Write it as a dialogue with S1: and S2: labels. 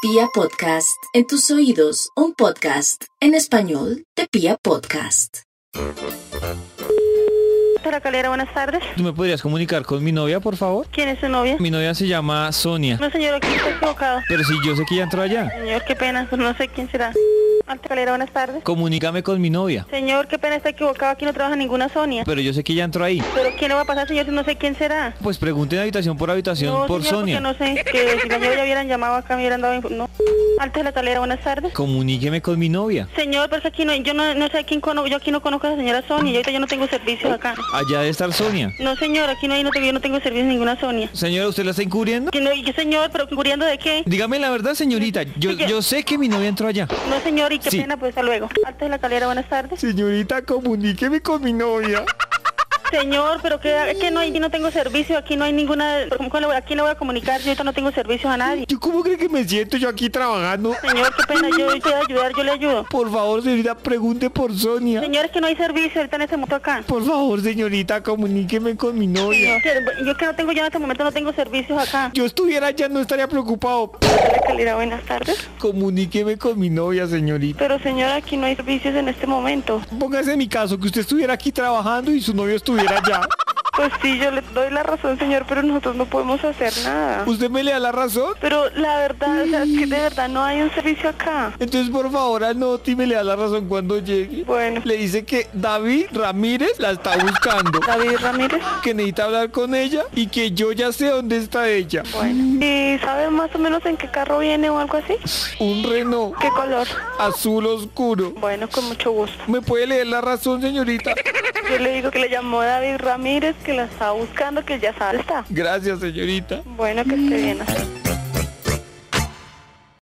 S1: Pia Podcast, en tus oídos, un podcast en español de Pia Podcast.
S2: Doctora Calera, buenas tardes.
S3: ¿Tú me podrías comunicar con mi novia, por favor?
S2: ¿Quién es su novia?
S3: Mi novia se llama Sonia.
S2: No, señor, aquí está equivocado.
S3: Pero si yo sé que ya entró allá,
S2: Señor, qué pena, no sé quién será. Doctora Calera, buenas tardes.
S3: comunícame con mi novia.
S2: Señor, qué pena, está equivocado, aquí no trabaja ninguna Sonia.
S3: Pero yo sé que ya entró ahí.
S2: Pero ¿quién le va a pasar, señor, si no sé quién será?
S3: Pues pregunten habitación por habitación
S2: No,
S3: por
S2: señor,
S3: Sonia.
S2: porque no sé, que si la señora hubieran llamado acá, me hubieran dado... info- No. Alta de la Calera, buenas tardes.
S3: Comuníqueme con mi novia.
S2: Señor, pero es que aquí no, yo no, no sé a quién conozco, yo aquí no conozco a la señora Sonia, yo ahorita yo no tengo servicio acá.
S3: Allá debe estar Sonia.
S2: No, señor, aquí no, hay- no tengo, yo no tengo servicio ninguna Sonia.
S3: Señora, ¿usted la está encubriendo?
S2: Que no- y yo, señor, pero ¿cubriendo de qué?
S3: Dígame la verdad, señorita. Yo, yo sé que mi novia entró allá.
S2: No, señor, y qué
S3: Sí.
S2: pena, pues hasta luego. Alta de la Calera, buenas tardes.
S3: Señorita, comuníqueme con mi novia.
S2: Señor, pero que, es que no, hay- yo no tengo servicio, aquí no hay ninguna... ¿cómo- cómo le voy- ¿A quién le voy a comunicar? Yo ahorita no tengo servicio a nadie.
S3: ¿Yo cómo cree que me siento yo aquí trabajando?
S2: Señor, qué pena, yo voy a ayudar, yo le ayudo.
S3: Por favor, señorita, pregunte por Sonia.
S2: Señor, es que no hay servicio ahorita en este momento acá.
S3: Por favor, señorita, comuníqueme con mi novia.
S2: Señor, Yo que no tengo, yo en este momento no tengo servicios acá.
S3: Yo estuviera allá no estaría preocupado.
S2: Alta de la Calera, buenas tardes.
S3: Comuníqueme con mi novia, señorita.
S2: Pero señor, aquí no hay servicios en este momento.
S3: Póngase en mi caso, que usted estuviera aquí trabajando y su novio estuviera allá.
S2: Pues sí, yo le doy la razón, señor, pero nosotros no podemos hacer nada.
S3: ¿Usted me le da la razón?
S2: Pero la verdad, o sea, es que de verdad no hay un servicio acá.
S3: Entonces, por favor, anote y me le da la razón cuando llegue.
S2: Bueno,
S3: Le dice que David Ramírez la está buscando,
S2: David Ramírez.
S3: que necesita hablar con ella y que yo ya sé dónde está ella.
S2: Bueno. ¿Y sabe más o menos en qué carro viene o algo así?
S3: Un Renault
S2: ¿Qué color?
S3: azul oscuro.
S2: Bueno, con mucho gusto.
S3: ¿Me puede leer la razón, señorita?
S2: Yo le digo que le llamó David Ramírez, que la está buscando, que ya sabe está.
S3: Gracias, señorita.
S2: Bueno, que esté bien. hasta luego.